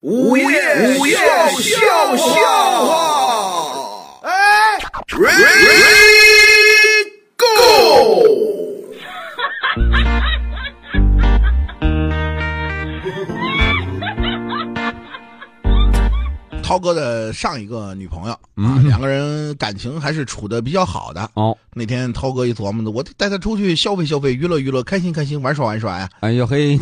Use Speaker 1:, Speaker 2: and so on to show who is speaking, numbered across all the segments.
Speaker 1: 午夜午夜笑笑话，哎，Ready Go！涛哥的上一个女朋友
Speaker 2: 嗯
Speaker 1: 啊，两个人感情还是处的比较好的。
Speaker 2: 哦，
Speaker 1: 那天涛哥一琢磨，我得带她出去消费消费，娱乐娱乐，开心开心，玩耍玩耍呀。
Speaker 2: 哎呦嘿，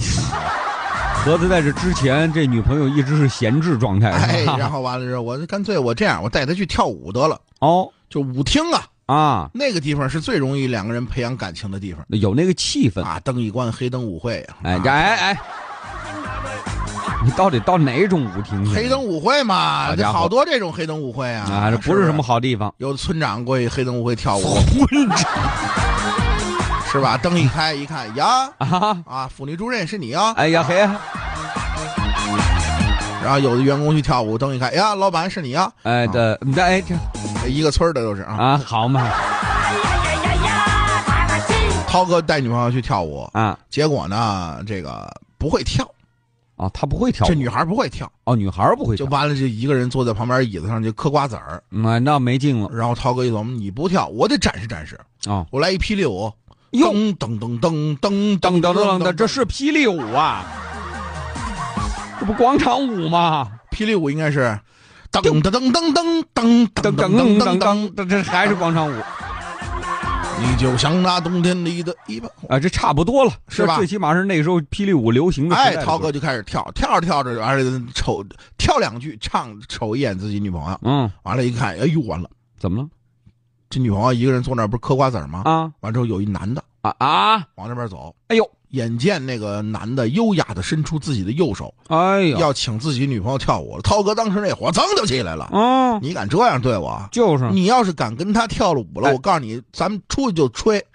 Speaker 2: 盒子在这之前，这女朋友一直是闲置状态，
Speaker 1: 哎，
Speaker 2: 是吧
Speaker 1: 然后完了之后，我就干脆我这样，我带她去跳舞得了，
Speaker 2: 哦
Speaker 1: 就舞厅啊，
Speaker 2: 啊，
Speaker 1: 那个地方是最容易两个人培养感情的地方
Speaker 2: 有那个气氛，
Speaker 1: 啊，灯一关，黑灯舞会啊，
Speaker 2: 呃哎这哎哎，你到底到哪种舞厅去？
Speaker 1: 黑灯舞会嘛，
Speaker 2: 好
Speaker 1: 这
Speaker 2: 家伙
Speaker 1: 好多这种黑灯舞会啊，
Speaker 2: 啊，这不
Speaker 1: 是
Speaker 2: 是什么好地方。
Speaker 1: 有村长过去黑灯舞会 跳舞，是吧？灯一开一看呀
Speaker 2: 啊，
Speaker 1: 啊，妇女主任是你啊，
Speaker 2: 哎呀嘿，
Speaker 1: 然后有的员工去跳舞，灯一开呀，老板是你啊，
Speaker 2: 哎的，你的哎这
Speaker 1: 一个村儿的都是啊。
Speaker 2: 啊好嘛
Speaker 1: 涛哥带女朋友去跳舞，
Speaker 2: 啊
Speaker 1: 结果呢，这个不会跳，
Speaker 2: 哦，她不会跳舞
Speaker 1: 这女孩不会跳。
Speaker 2: 哦，女孩儿不会
Speaker 1: 就
Speaker 2: 跳，
Speaker 1: 完了，就一个人坐在旁边椅子上就嗑瓜子儿。
Speaker 2: 嗯啊那没劲了
Speaker 1: 然后涛哥一琢磨，你不跳，我得展示展示，
Speaker 2: 啊。
Speaker 1: 我来一霹雳舞，
Speaker 2: 哟，
Speaker 1: 噔噔噔噔噔
Speaker 2: 等等等
Speaker 1: 噔
Speaker 2: 等，这是霹雳舞啊，这不广场舞吗？
Speaker 1: 霹雳舞，应该是噔噔噔噔噔噔
Speaker 2: 噔
Speaker 1: 噔
Speaker 2: 噔
Speaker 1: 噔噔
Speaker 2: 噔噔
Speaker 1: 噔，，
Speaker 2: 这这还是广场舞
Speaker 1: 你就像那冬天里的一把火。
Speaker 2: 啊，这差不多了，
Speaker 1: 是吧
Speaker 2: 这最起码是那时候霹雳舞流 行的时代
Speaker 1: 哎
Speaker 2: 的，时候
Speaker 1: 涛哥，就开始跳，跳着跳着，完了瞅跳两句，唱瞅一眼自己女朋友，
Speaker 2: 嗯，
Speaker 1: 完了，一看，哎呦，完了，
Speaker 2: 怎么了？
Speaker 1: 这女朋友一个人坐那儿不是嗑瓜子儿吗？
Speaker 2: 啊
Speaker 1: 完之后有一男的
Speaker 2: 啊啊！
Speaker 1: 往那边走，
Speaker 2: 哎呦，
Speaker 1: 眼见那个男的优雅的伸出自己的右手，
Speaker 2: 哎呦，
Speaker 1: 要请自己女朋友跳舞了。涛哥当时那火噌就起来了，
Speaker 2: 嗯，
Speaker 1: 你敢这样对我？
Speaker 2: 就是
Speaker 1: 你要是敢跟他跳了舞了，
Speaker 2: 嗯哎
Speaker 1: 我告诉你，咱们出去就吹。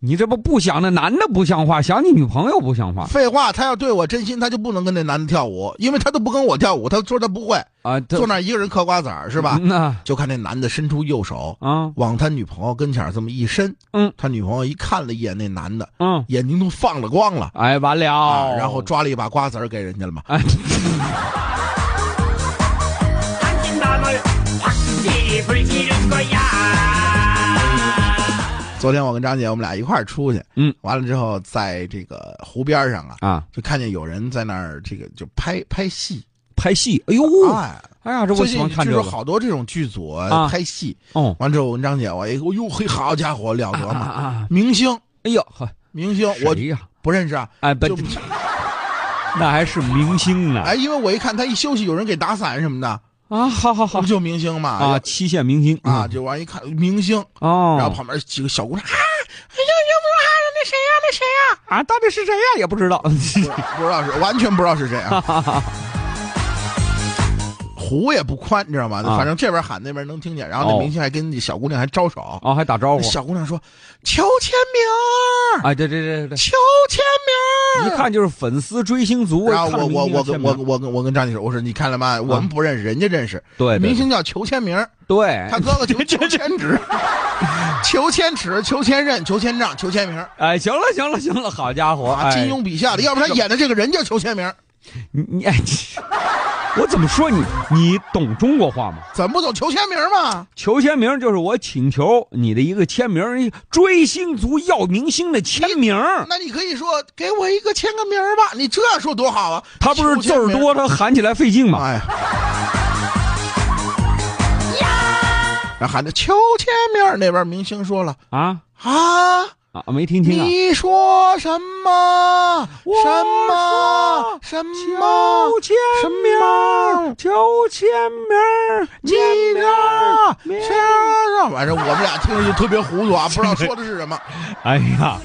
Speaker 2: 你这不不想那男的不像话，想你女朋友不像话
Speaker 1: 废话，他要对我真心，他就不能跟那男的跳舞，因为他都不跟我跳舞，他说他不会，
Speaker 2: 啊？这
Speaker 1: 坐那儿一个人嗑瓜子儿是吧？
Speaker 2: 嗯呐
Speaker 1: 就看那男的伸出右手，
Speaker 2: 啊
Speaker 1: 往他女朋友跟前儿这么一伸，
Speaker 2: 嗯，
Speaker 1: 他女朋友一看了一眼那男的，
Speaker 2: 嗯，
Speaker 1: 眼睛都放了光了。
Speaker 2: 哎，完了，
Speaker 1: 啊，然后抓了一把瓜子儿给人家了嘛，
Speaker 2: 哎，
Speaker 3: 단진밤을 확실히 불지른 거야.
Speaker 1: 昨天我跟张姐我们俩一块儿出去，
Speaker 2: 哎嗯，
Speaker 1: 完了之后在这个湖边上啊，
Speaker 2: 啊，
Speaker 1: 就看见有人在那儿这个就拍拍戏，
Speaker 2: 拍戏，哎呦，
Speaker 1: 哎，
Speaker 2: 哎呀，这我
Speaker 1: 最
Speaker 2: 喜
Speaker 1: 近
Speaker 2: 欢看
Speaker 1: 就
Speaker 2: 这
Speaker 1: 是
Speaker 2: 个，
Speaker 1: 好多这种剧组
Speaker 2: 啊
Speaker 1: 拍戏，
Speaker 2: 哦，
Speaker 1: 完之后我跟张姐我一个哟嘿，好家伙了得
Speaker 2: 啊
Speaker 1: 嘛，
Speaker 2: 啊，啊
Speaker 1: 明星
Speaker 2: 哎呦，呵，
Speaker 1: 明星我
Speaker 2: 谁呀？
Speaker 1: 不认识啊，
Speaker 2: 哎，不
Speaker 1: 就，
Speaker 2: 那还是明星呢，
Speaker 1: 哎，因为我一看他一休息有人给打伞什么的，
Speaker 2: 啊，好好好
Speaker 1: 这不，就明星嘛
Speaker 2: 啊，期限明星
Speaker 1: 哎啊，
Speaker 2: 嗯
Speaker 1: 就完一看明星，
Speaker 2: 哦，
Speaker 1: 然后旁边几个小姑娘啊
Speaker 2: 啊，到底是谁呀、也不知道。
Speaker 1: 不知道是完全不知道是谁啊。湖也不宽，你知道吗？
Speaker 2: 啊
Speaker 1: 反正这边喊那边能听见，然后那
Speaker 2: 哦
Speaker 1: 明星还跟那小姑娘还招手。
Speaker 2: 哦，还打招
Speaker 1: 那
Speaker 2: 呼。
Speaker 1: 小姑娘说：“求签名儿，
Speaker 2: 哎，对对对对，
Speaker 1: 求签名
Speaker 2: 一
Speaker 1: 儿。”
Speaker 2: 看就是粉丝追星族。
Speaker 1: 然后
Speaker 2: 看
Speaker 1: 我
Speaker 2: 着明
Speaker 1: 我
Speaker 2: 星
Speaker 1: 我
Speaker 2: 要
Speaker 1: 跟
Speaker 2: 签
Speaker 1: 我
Speaker 2: 名
Speaker 1: 我跟我跟张姐说，我说你看了吗？我们不认识，人家认识。
Speaker 2: 啊对对
Speaker 1: 明星叫求签名儿，
Speaker 2: 对
Speaker 1: 他，哥哥 求求签纸，求签尺，求签认，求签账，求签名儿
Speaker 2: 哎，行了行了行了，好家伙，
Speaker 1: 啊！
Speaker 2: 哎
Speaker 1: 金，庸笔下的，要不然演的这个人叫求签名儿，
Speaker 2: 你你哎，切我怎么说你？你懂中国话吗？
Speaker 1: 怎么不走求签名儿嘛？
Speaker 2: 求签名就是我请求你的一个签名，追星族要明星的签名。
Speaker 1: 那你可以说给我一个签个名儿吧，你这样说多好啊！
Speaker 2: 他不是字
Speaker 1: 求
Speaker 2: 儿
Speaker 1: 签名
Speaker 2: 多，他喊起来费劲嘛？
Speaker 1: 哎呀，然后喊着求签名儿，那边明星说了
Speaker 2: 啊
Speaker 1: 啊，
Speaker 2: 啊，没听清啊！
Speaker 1: 你说什么？
Speaker 2: 我
Speaker 1: 什么
Speaker 2: 说？
Speaker 1: 什么
Speaker 2: 求？签
Speaker 1: 什
Speaker 2: 名
Speaker 1: 么
Speaker 2: 儿，求签名儿，
Speaker 1: 你
Speaker 2: 儿
Speaker 1: 个签儿啊！反正我们俩听着就特别糊涂啊，不知道说的是什 么。
Speaker 2: 哎呀，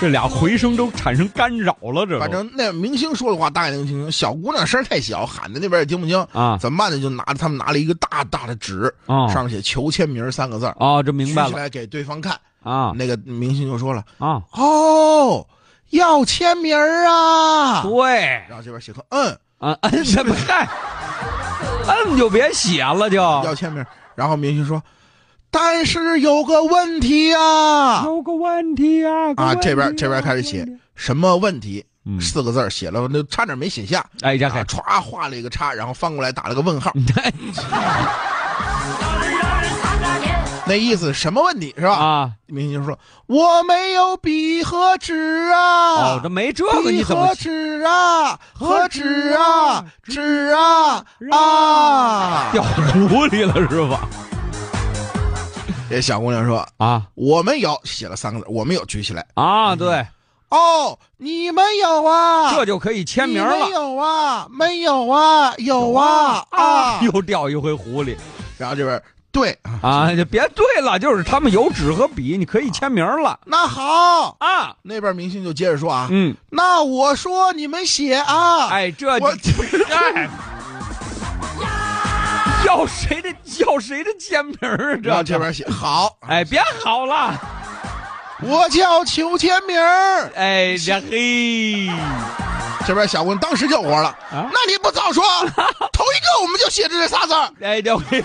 Speaker 2: 这俩回声都产生干扰了，这都
Speaker 1: 反正那明星说的话大概能听清，小姑娘声儿太小，喊的那边也听不清。
Speaker 2: 啊
Speaker 1: 怎么办呢？就拿着他们拿了一个大大的纸，
Speaker 2: 啊
Speaker 1: 上面写“求签名”三个字儿，
Speaker 2: 哦，这明白
Speaker 1: 举起
Speaker 2: 了
Speaker 1: 来给对方看。
Speaker 2: 啊
Speaker 1: 那个明星就说了
Speaker 2: 啊，：“
Speaker 1: 哦，要签名儿啊
Speaker 2: 对！”，
Speaker 1: 然后这边写错，嗯，
Speaker 2: 啊摁什么嗨，摁就别写了就。
Speaker 1: 要签名儿。然后明星说：“但是有个问题啊，
Speaker 2: 有个问题啊
Speaker 1: 啊，这边这边开始写什么问题？
Speaker 2: 嗯，
Speaker 1: 四个字儿写了，那差点没写下，
Speaker 2: 哎，这
Speaker 1: 啊，
Speaker 2: 还
Speaker 1: 歘画了一个叉，然后翻过来打了个问号，那意思什么问题是吧？
Speaker 2: 啊，
Speaker 1: 明星说我没有笔和纸啊，
Speaker 2: 哦，这没这个
Speaker 1: 笔
Speaker 2: 你怎么
Speaker 1: 和？纸啊，和纸啊，纸啊啊！
Speaker 2: 掉湖里了是吧？
Speaker 1: 这小姑娘说
Speaker 2: 啊
Speaker 1: 我们有，写了三个字，我们有，举起来。
Speaker 2: 啊，对，
Speaker 1: 哦，你们有啊？
Speaker 2: 这就可以签名
Speaker 1: 你们
Speaker 2: 了。
Speaker 1: 有啊？没有啊？有啊啊！
Speaker 2: 又掉一回湖里
Speaker 1: 然后这边对啊，
Speaker 2: 啊！就别对了，就是他们有纸和笔，你可以签名了
Speaker 1: 那好，
Speaker 2: 啊。
Speaker 1: 那边明星就接着说啊，
Speaker 2: 嗯，
Speaker 1: 那我说你们写啊，
Speaker 2: 哎，这
Speaker 1: 我
Speaker 2: 哎， 要谁的要谁的签名啊？
Speaker 1: 然后
Speaker 2: 这
Speaker 1: 这边写好，
Speaker 2: 哎，别好了，
Speaker 1: 我叫求签名儿。
Speaker 2: 哎，这嘿，
Speaker 1: 这边小文当时就火了，
Speaker 2: 啊
Speaker 1: 那你不早说，头一个我们就写着这仨字儿。
Speaker 2: 哎，这嘿，